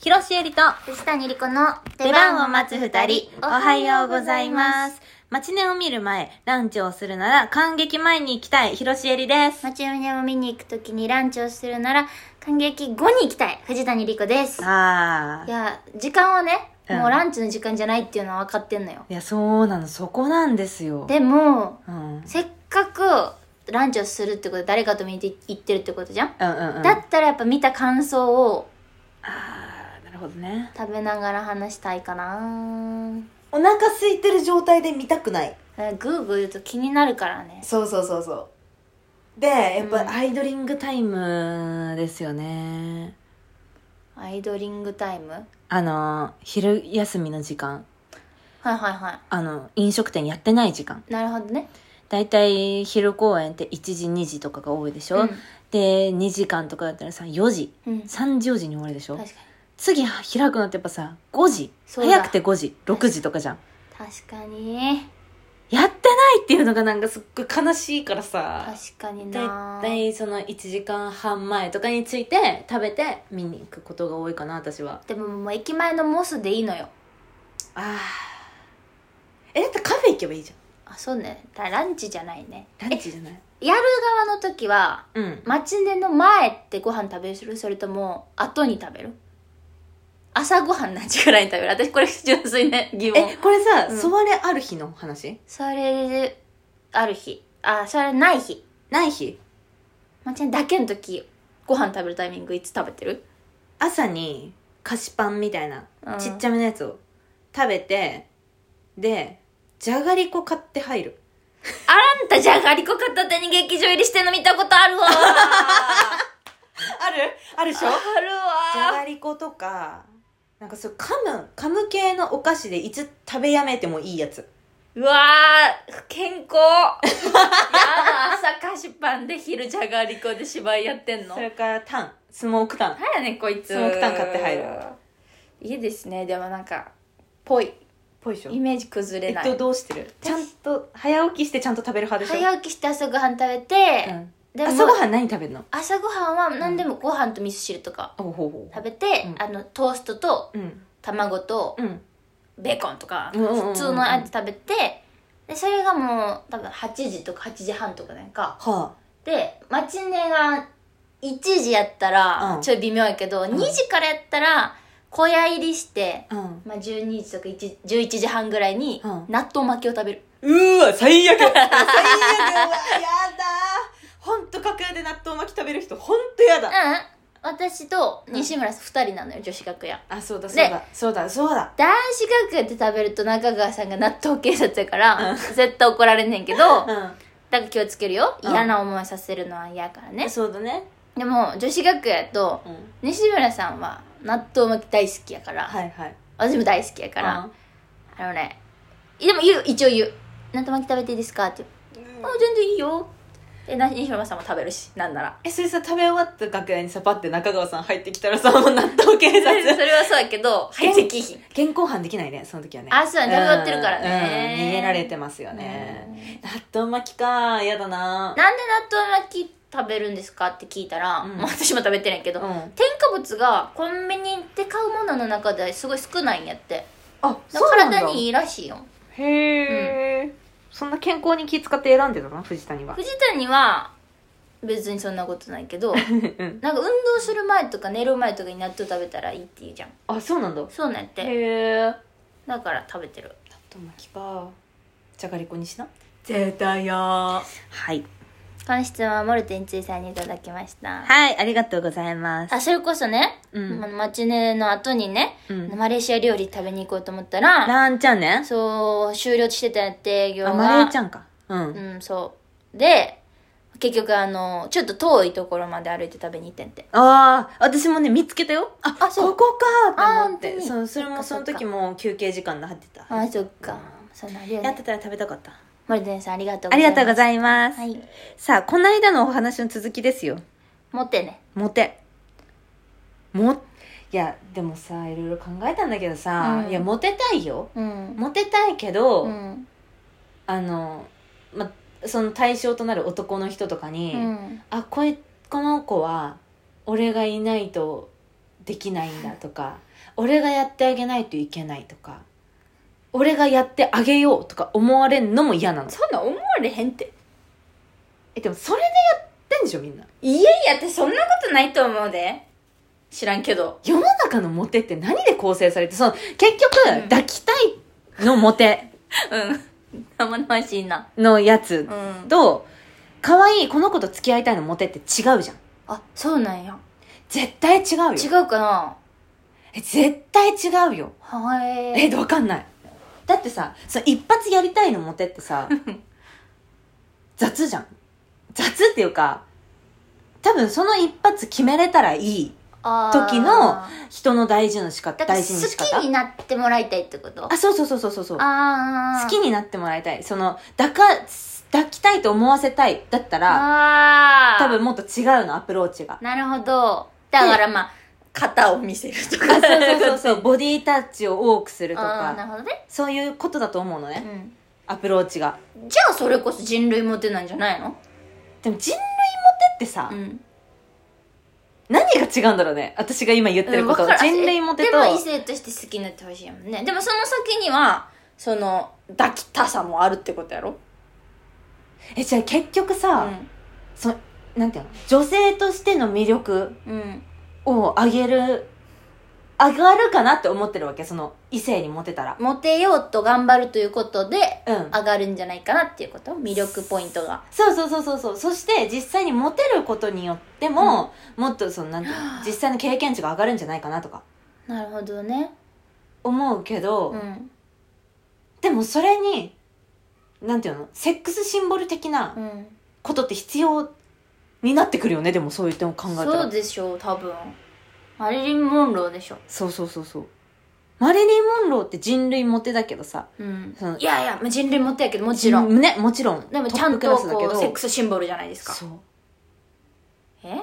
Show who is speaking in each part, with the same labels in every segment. Speaker 1: 広瀬えりと
Speaker 2: 藤谷莉子の
Speaker 1: 出番を待つ二人、おはようございま。す。街根を見る前、ランチをするなら、感激前に行きたい、広瀬えりです。
Speaker 2: 街並みを見に行くときにランチをするなら、感激後に行きたい、藤谷莉子です。
Speaker 1: あー。
Speaker 2: いや、時間はね、
Speaker 1: うん
Speaker 2: もうランチの時間じゃないっていうのは分かってんのよ。
Speaker 1: いや、そうなの、そこなんですよ。
Speaker 2: でも、
Speaker 1: うん、うん
Speaker 2: せっかくランチをするってこと、誰かと見て行ってるってことじゃん、
Speaker 1: うんうん。
Speaker 2: だったらやっぱ見た感想を
Speaker 1: あー、なるほどね。
Speaker 2: 食べながら話したいかな
Speaker 3: お腹空いてる状態で見たくない
Speaker 2: えグーグー言うと気になるからね。
Speaker 3: そうそうそうそうでやっぱ、
Speaker 2: うん
Speaker 1: アイドリングタイムですよね。
Speaker 2: アイドリングタイムはい
Speaker 1: あの、昼休みの時間。
Speaker 2: はいは
Speaker 1: あの、飲食店やってない時間。
Speaker 2: い。なるほどね。
Speaker 1: だいたい昼公演って1時、2時とかが多いでしょ、
Speaker 2: うん
Speaker 1: で、2時間とかだったらさ、4時。
Speaker 2: うん。確
Speaker 1: 3時4時に終わるでしょ
Speaker 2: かに。
Speaker 1: 次開くのってやっぱさ5時
Speaker 2: そうだ
Speaker 1: 早くて5時6時とかじゃん
Speaker 2: 確かに。
Speaker 1: やってないっていうのがなんかすっごい悲しいからさ
Speaker 2: 確かにな
Speaker 1: 大体その1時間半前とかについて食べて見に行くことが多いかな私は
Speaker 2: でももう駅前のモスでいいのよ
Speaker 1: あ
Speaker 3: えだってカフェ行けばいいじ
Speaker 2: あそうねラランチじゃないね
Speaker 1: あランチじゃない
Speaker 2: やる側の時は
Speaker 1: うん
Speaker 2: 待ち寝の前ってご飯食べるそれとも後に食べる朝ごはん何時くらいに食べる私これ純粋ね疑
Speaker 3: ゃんえ
Speaker 2: 問
Speaker 3: これさ、
Speaker 2: うん
Speaker 3: ソワレある日の話
Speaker 2: それである日あそれない日
Speaker 3: ない日
Speaker 2: 待ち寝だけの時ご飯食べるタイミングいつ食べてる
Speaker 3: 朝に菓子パンみたいな、
Speaker 2: うん
Speaker 3: ちっちゃめのやつを食べてでじゃがりこ買って入る
Speaker 2: あんたじゃがりこ片手に劇場入りしてんの見たことあるわ
Speaker 3: あるあるでしょ
Speaker 2: ある
Speaker 3: じゃ
Speaker 2: わ
Speaker 3: がりことかなんかそう噛む噛む系のお菓子でいつ食べやめてもいいやつ
Speaker 2: うわー、不健 康やだ、朝菓子パンで昼じゃがりこで芝居やってんの。
Speaker 3: そ
Speaker 2: な
Speaker 3: れ
Speaker 2: ん
Speaker 3: からタンスモークタン
Speaker 2: やねん、こいつ。
Speaker 3: スモークタン買って入る。
Speaker 2: いいですね、でもなんか、ぽい。
Speaker 3: ぽいでしょ
Speaker 2: イメージ崩
Speaker 3: え
Speaker 2: れ
Speaker 3: っ
Speaker 2: ない。
Speaker 3: とどうしてるちゃんと早起きしてちゃんと食べる派でしょ
Speaker 2: 早起きして朝ごはん食べて、
Speaker 1: うん
Speaker 2: でも
Speaker 3: 朝ごはん何食べるの
Speaker 2: 朝ごはんは何でもご飯と味噌汁とか
Speaker 3: ほうほうほう
Speaker 2: 食べて、
Speaker 1: うん
Speaker 2: あの、トーストと
Speaker 3: うん
Speaker 2: 卵と
Speaker 3: うん
Speaker 2: ベーコンとか、
Speaker 3: うんうんうんうん
Speaker 2: 普通のやつ食べて、で、それがもう多分8時とか8時半とかなんか、
Speaker 3: は
Speaker 2: でマチネが1時やったら
Speaker 3: うん
Speaker 2: ちょい微妙やけど、2時からやったら小屋入りして、
Speaker 3: あうん
Speaker 2: まあ、12時とか1 11時半ぐらいに
Speaker 3: うん
Speaker 2: 納豆巻きを食べる、
Speaker 3: うーわ最悪 最悪うわやだーほんと楽屋で納豆巻き食べる人ほんとや
Speaker 2: う
Speaker 3: だ
Speaker 2: ん、私と西村2人なのよ女子楽屋
Speaker 3: あそうだそうだそうだそうだ
Speaker 2: 男子楽屋で食べると中川さんが納豆警察やから、絶対怒られんねんけどだか
Speaker 3: う
Speaker 2: ら気をつけるよ
Speaker 3: うん
Speaker 2: 嫌な思いさせるのは嫌やからね
Speaker 3: ん、そうだね
Speaker 2: でも女子楽屋やと
Speaker 3: うん
Speaker 2: 西村さんは納豆巻き大好きやから、
Speaker 3: はいはい
Speaker 2: 私も大好きやから、
Speaker 3: うん
Speaker 2: あのね、でも言う、一応言う。納豆巻き食べていいですかって。あ、全然いいよ。で、な西村さんも食べるし、なんなら。
Speaker 3: えそれさ食べ終わった楽屋にさパッて中川さん入ってきたらさもう納豆警
Speaker 2: それ
Speaker 3: 察
Speaker 2: はそうやけど、入ってきひん。
Speaker 3: 現行犯できないねその時はね
Speaker 2: あそうだね食べ終わってるからね
Speaker 3: うんうん逃げられてますよね納豆巻きかやだな
Speaker 2: なんで納豆巻き食べるんですかって聞いたら、
Speaker 3: うん
Speaker 2: まあ私も食べてないけど、
Speaker 3: うん
Speaker 2: 添加物がコンビニで買うものの中ですごい少ないんやって。
Speaker 3: あ
Speaker 2: だから体にいいらしいよ。
Speaker 3: へえ、そんな健康に気使って選んでたの藤谷は
Speaker 2: 藤谷は、別にそんなことないけど、
Speaker 3: うん
Speaker 2: なんか運動する前とか寝る前とかに納豆食べたらいいって言うじゃん。
Speaker 3: あそうなんだ
Speaker 2: そうなんやっ
Speaker 3: へ
Speaker 2: て。
Speaker 3: え納
Speaker 2: だから食べてる。
Speaker 3: 豆巻きかじゃがりこにしな
Speaker 1: 絶対よはい
Speaker 2: この質問はモルテンツイさんにいただきました。
Speaker 1: はいありがとうございます
Speaker 2: あ、それこそね、
Speaker 1: うん
Speaker 2: まマチネの後にね、
Speaker 1: うん
Speaker 2: マレーシア料理食べに行こうと思ったら、
Speaker 1: ランちゃんね
Speaker 2: そう、終了してたんやって、営業
Speaker 1: あ
Speaker 2: が。
Speaker 1: マレーちゃんかうん、
Speaker 2: うん、そう。で、結局あの、ちょっと遠いところまで歩いて食べに行ってんて。
Speaker 1: ああ私もね見つけたよあ
Speaker 2: あ、そう。
Speaker 3: ここかと思っ
Speaker 2: あー本
Speaker 3: て
Speaker 2: 当に
Speaker 3: そうそれも
Speaker 2: そ
Speaker 3: そ
Speaker 2: っ
Speaker 3: の
Speaker 2: かそっか
Speaker 3: 時も休憩時間に入ってた
Speaker 2: あ、そっか。そうなるよ
Speaker 3: やって
Speaker 2: ね。
Speaker 3: たら食べたかった
Speaker 2: モルテンさんありがとう
Speaker 1: あ
Speaker 2: ござ
Speaker 1: り
Speaker 2: い
Speaker 1: がと
Speaker 2: ます。
Speaker 1: うご
Speaker 2: い
Speaker 1: ざいます、
Speaker 2: はい。
Speaker 1: さあこの間のお話の続きですよ
Speaker 2: 持ってね。
Speaker 1: モテモ
Speaker 3: いやでもさいろいろ考えたんだけどさ、
Speaker 2: うん
Speaker 3: いやモテたいよ
Speaker 2: うん。
Speaker 3: モテたいけど、
Speaker 2: うん。
Speaker 3: あの、ま、その対象となる男の人とかに、
Speaker 2: うん。
Speaker 3: あこいこの子は俺がいないとできないんだとか俺がやってあげないといけないとか俺がやってあげようとか思われんのも嫌なの
Speaker 2: そんな思われへんって
Speaker 3: えでもそれでやってんでしょみんない
Speaker 2: やいやってそんなことないと思うで知らんけど
Speaker 3: 世の中のモテって何で構成されてその結局、
Speaker 2: うん
Speaker 3: 抱きたいのモテ
Speaker 2: うん生々しいな
Speaker 3: のやつ
Speaker 2: うん
Speaker 3: と可愛いこの子と付き合いたいのモテって違うじゃん
Speaker 2: あそうなんや
Speaker 3: 絶対違うよ
Speaker 2: 違うかな
Speaker 3: え絶対違うよ
Speaker 2: はい
Speaker 3: えわかんないだってさその一発やりたいのモテって さ雑じゃん雑っていうか多分その一発決めれたらいい
Speaker 2: あー
Speaker 3: 時の人の大事の仕
Speaker 2: だ
Speaker 3: 方
Speaker 2: から
Speaker 3: 大事に仕
Speaker 2: 好
Speaker 3: 方
Speaker 2: きになってもらいたいってこと
Speaker 3: あそうそうそうそうそうそう
Speaker 2: あ
Speaker 3: 好
Speaker 2: ー
Speaker 3: きになってもらいたいその抱か抱きたいと思わせたいだったら
Speaker 2: あー
Speaker 3: 多分もっと違うのアプローチが
Speaker 2: なるほどだからまあ肩を見せるとか
Speaker 3: あそうそう そうそうボディタッチを多くすると
Speaker 2: あーな
Speaker 3: か
Speaker 2: るほどね、
Speaker 3: そういうことだと思うの
Speaker 2: う
Speaker 3: ね
Speaker 2: ん、
Speaker 3: アプローチが
Speaker 2: じゃあそれこそ人類モテなんじゃないの
Speaker 3: でも人類モテってさ、
Speaker 2: うん
Speaker 3: 何が違うんだろうね私が今言ってること、
Speaker 2: うんわからん
Speaker 3: 人類モテと
Speaker 2: でも異性として好きになってほしいもんねでもその先にはその抱きたさもあるってことやろ
Speaker 3: えじゃあ結局
Speaker 2: う
Speaker 3: さ、
Speaker 2: ん
Speaker 3: そのなんていうの女性としての魅力
Speaker 2: うん
Speaker 3: を上げる上がるかなって思ってるわけその異性にモテたら
Speaker 2: モテようと頑張るということで
Speaker 3: うん
Speaker 2: 上がるんじゃないかなっていうこと魅力ポイントが
Speaker 3: そうそうそうそうそうそして実際にモテることによっても、もっとそのなんていうの実際の経験値が上がるんじゃないかなとか
Speaker 2: なるほどね
Speaker 3: 思うけど、
Speaker 2: うん
Speaker 3: でもそれになんていうのセックスシンボル的な
Speaker 2: うん
Speaker 3: ことって必要になってくるよねでもそういう点を考えたら
Speaker 2: そうでしょう多分マリリン・モンローでしょ
Speaker 3: そうそうそうそうマリリン・モンローって人類モテだけどさ
Speaker 2: うん
Speaker 3: そう
Speaker 2: いやいやまあ人類モテやけどもちろん
Speaker 3: ねもちろん
Speaker 2: でも
Speaker 3: ト
Speaker 2: ち
Speaker 3: ッ
Speaker 2: ゃ
Speaker 3: プ
Speaker 2: ん
Speaker 3: ク
Speaker 2: と
Speaker 3: ラスだ
Speaker 2: こ
Speaker 3: け
Speaker 2: う
Speaker 3: ど
Speaker 2: セックスシンボルじゃないですか
Speaker 3: そう
Speaker 2: え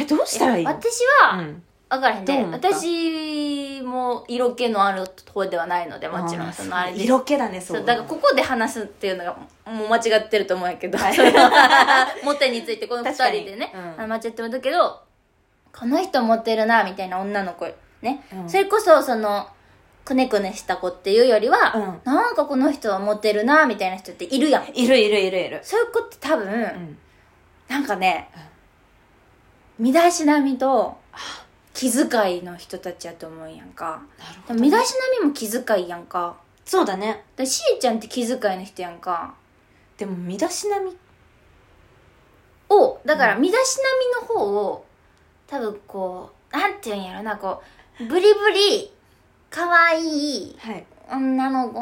Speaker 3: えどうしたらいいの
Speaker 2: 私
Speaker 3: う
Speaker 2: は
Speaker 3: ん、
Speaker 2: 分からへんで、
Speaker 3: どう思った
Speaker 2: 私も色気のある方ではないのでもちろ
Speaker 3: あ
Speaker 2: ん
Speaker 3: ー
Speaker 2: そのあれです
Speaker 3: 色気だねそ
Speaker 2: そううだからここで話すっていうのがもう間違ってると思うんやけどその モテについてこの2人で
Speaker 3: 確、
Speaker 2: ね
Speaker 3: かにうん
Speaker 2: あの間違ってもだけどこの人モテるなみたいな女の子ね、
Speaker 3: うん
Speaker 2: それこそそのくねくねした子っていうよりは、
Speaker 3: うん
Speaker 2: なんかこの人はモテるなみたいな人っているやん
Speaker 3: いるいるいるいる、
Speaker 2: そういう子って多分、
Speaker 3: うん、
Speaker 2: なんかね、身だしなみと気遣いの人たちやと思うんやんか。
Speaker 3: なる
Speaker 2: でも身だしなみも気遣いやんか。
Speaker 3: そうだね
Speaker 2: だからしーちゃんって気遣いの人やんか。
Speaker 3: でも身だしなみ
Speaker 2: を、だから身だしなみの方を、多分こう、なんていうんやろな、こう、ブリブリ、可愛い
Speaker 3: はい
Speaker 2: 女の子、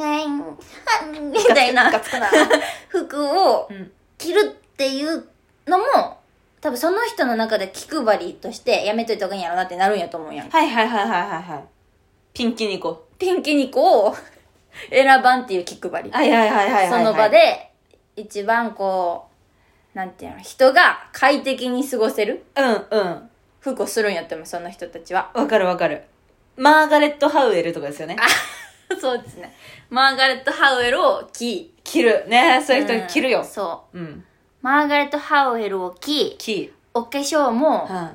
Speaker 2: ねんみたいな
Speaker 3: ムカつくな
Speaker 2: 服を
Speaker 3: うん
Speaker 2: 着るっていうのも多分その人の中で気配りとしてやめといた方がいいんやろなってなるんやと思うやん
Speaker 3: はいはいはいはいはいはいピンキニコ
Speaker 2: ピンキニコを選ばんっていう気配り
Speaker 3: はいはいはいはいはい、
Speaker 2: その場で一番こうなんていうの人が快適に過ごせる
Speaker 3: うんうん
Speaker 2: 服をするんやってもその人たちは
Speaker 3: わかるわかるマーガレット・ハウエルとかですよね
Speaker 2: そうですねマーガレット・ハウエルを着
Speaker 3: 着るねそういう人着る
Speaker 2: うん
Speaker 3: よ
Speaker 2: そ
Speaker 3: うん
Speaker 2: うマーガレット・ハウエルを着
Speaker 3: 着
Speaker 2: お化粧も、
Speaker 3: は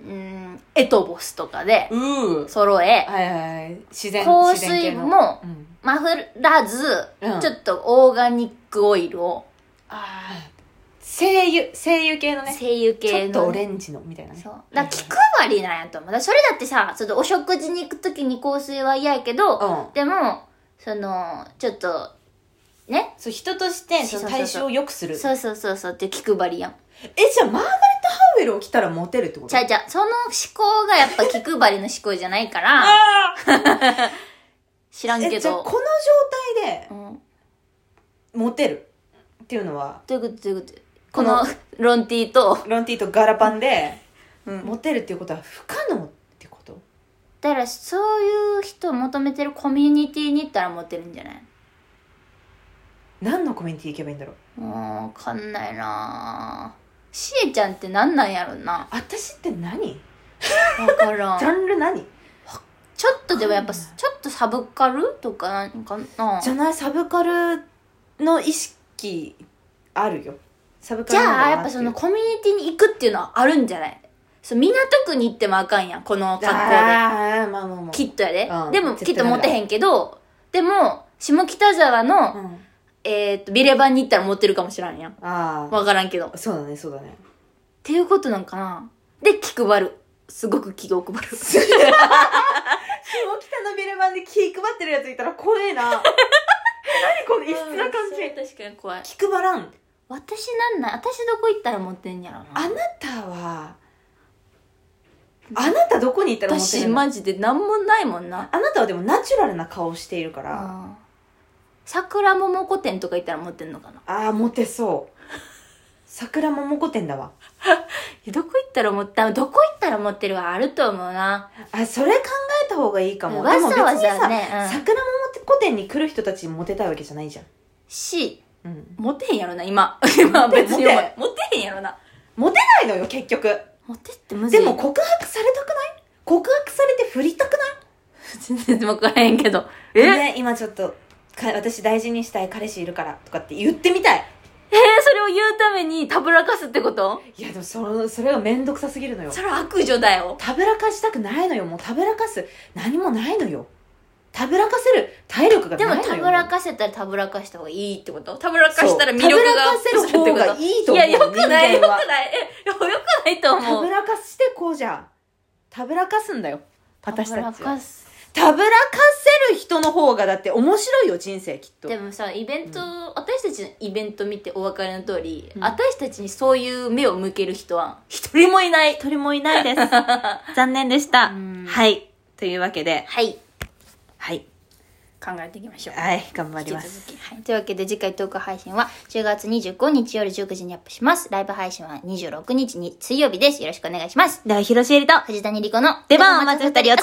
Speaker 2: うんエトボスとかで
Speaker 3: いうー
Speaker 2: 揃え
Speaker 3: はいはいはい自然
Speaker 2: 香
Speaker 3: 自然
Speaker 2: 水
Speaker 3: 系の
Speaker 2: も
Speaker 3: うん
Speaker 2: マフラーズ、
Speaker 3: うん
Speaker 2: ちょっとオーガニックオイルを
Speaker 3: ああ声優声優系のね
Speaker 2: 精油系の、
Speaker 3: ちょっとオレンジのみたいなね
Speaker 2: そうだから気配りなんやと思うだからそれだってさちょっとお食事に行く時に香水は嫌やけど、
Speaker 3: うん
Speaker 2: でもそのちょっとね
Speaker 3: そう人としてそ
Speaker 2: そ
Speaker 3: の
Speaker 2: うそうそう
Speaker 3: 対象を良くする
Speaker 2: そうそうそうそうっていう気配りやん
Speaker 3: えじゃあマーガレット・ハウエルを着たらモテるってこと
Speaker 2: ちゃうちゃうその思考がやっぱ気配りの思考じゃないから
Speaker 3: あー
Speaker 2: 知らん
Speaker 3: え
Speaker 2: け
Speaker 3: じゃあ
Speaker 2: ど
Speaker 3: この状態で
Speaker 2: うん
Speaker 3: モテるっていうのは
Speaker 2: どういうことどういうことこのロンティーと
Speaker 3: ロンティーとガラパンで
Speaker 2: うん
Speaker 3: モテるっていうことは不可能ってこと
Speaker 2: だからそういう人を求めてるコミュニティに行ったらモテるんじゃない
Speaker 3: 何のコミュニティ行けばいいんだろう
Speaker 2: もう分かんないなぁしえちゃんってなんなんやろな
Speaker 3: 私って何
Speaker 2: 分からん
Speaker 3: ジャンル何
Speaker 2: ちょっとでもやっぱちょっとサブカルとかなんかな
Speaker 3: じゃないサブカルの意識あるよサブカ
Speaker 2: じ
Speaker 3: ルなんだ
Speaker 2: ゃあ
Speaker 3: な
Speaker 2: やっぱそのコミュニティに行くっていうのはあるんじゃないそう港区に行ってもあかんやんこの格好
Speaker 3: ああまあまあまあ
Speaker 2: できっとやで、
Speaker 3: うん
Speaker 2: でもき
Speaker 3: 絶
Speaker 2: っと
Speaker 3: 対なる
Speaker 2: モテへんけどでも下北沢の、
Speaker 3: うん
Speaker 2: えーっとビレバンに行ったらモテるかもしらんやん
Speaker 3: ああ
Speaker 2: わからんけどっ
Speaker 3: そうだねそうだね
Speaker 2: ていうことなんかなで気配るすごく気を配る
Speaker 3: 下北のビルマンで気配ってるやついたら怖 えな何この異質な感
Speaker 2: うん
Speaker 3: じ
Speaker 2: そう確かに怖い
Speaker 3: 気配らん
Speaker 2: 私なんない私どこ行ったらモテんやろな
Speaker 3: あなたはあなたどこに行ったらモテ
Speaker 2: 私
Speaker 3: るの
Speaker 2: マジで何もないもんな
Speaker 3: あなたはでもナチュラルな顔をしているから、
Speaker 2: うん桜桃子店とか行ったらモテんのかな
Speaker 3: ああモテそう桜桃子店だわ
Speaker 2: どこ行ったらモテどこ行ったらモテるはあると思うな
Speaker 3: あそれ考えた方がいいかも
Speaker 2: わざわざ
Speaker 3: でも別に
Speaker 2: ね
Speaker 3: さ、
Speaker 2: うん
Speaker 3: 桜桃子店に来る人たちにモテたいわけじゃないじゃん、
Speaker 2: し
Speaker 3: うん、
Speaker 2: モテへんやろな今今別
Speaker 3: モ
Speaker 2: に
Speaker 3: テ
Speaker 2: モテモテへんやろな
Speaker 3: モテないのよ結局
Speaker 2: モテってむず
Speaker 3: で
Speaker 2: い
Speaker 3: も告白されたくない告白されて振りたくない
Speaker 2: 全然分からへんけど
Speaker 3: ご
Speaker 2: ええ
Speaker 3: めん今ちょっとか私大事にしたい彼氏いるからとかって言ってみたい
Speaker 2: ーそれを言うためにたぶらかすってこと
Speaker 3: いやでもそのそれが面倒くさすぎるのよ
Speaker 2: それは悪女だよ
Speaker 3: たぶらかしたくないのよもうたぶらかす何もないのよたぶらかせる体力が
Speaker 2: で
Speaker 3: な
Speaker 2: も
Speaker 3: いのよ
Speaker 2: たぶらかせたらたぶらかした方がいいってことたぶらかしたら魅力が
Speaker 3: そうたぶらかせる方がいいと思う
Speaker 2: やよくないよ
Speaker 3: 人
Speaker 2: く
Speaker 3: 間は
Speaker 2: ないえよくないと
Speaker 3: た
Speaker 2: 思
Speaker 3: ぶ
Speaker 2: う
Speaker 3: らかしてこうじゃんたぶらかすんだよ私たちは
Speaker 2: たぶらかす
Speaker 3: たぶらかせる人の方がだって面白いよ人生きっと
Speaker 2: でもさイベント、
Speaker 3: う
Speaker 2: 私たちのイベント見てお分かりの通り、
Speaker 3: うん
Speaker 2: 私たちにそういう目を向ける人は一人もいない
Speaker 1: 一人もいない です。残念でした。
Speaker 2: うん
Speaker 1: はい。というわけで、
Speaker 2: はい
Speaker 1: はい。
Speaker 2: 考えていきましょう
Speaker 1: はい、頑張
Speaker 2: 引き
Speaker 1: りま
Speaker 2: 続
Speaker 1: す。
Speaker 2: き、はい、というわけで次回トーク配信は10月25日夜19時にアップしますライブ配信は26日に水曜日ですよろしくお願いします
Speaker 1: では、広ロシエリと、
Speaker 2: 藤谷莉子の
Speaker 1: 出番を待つ二人お疲れ様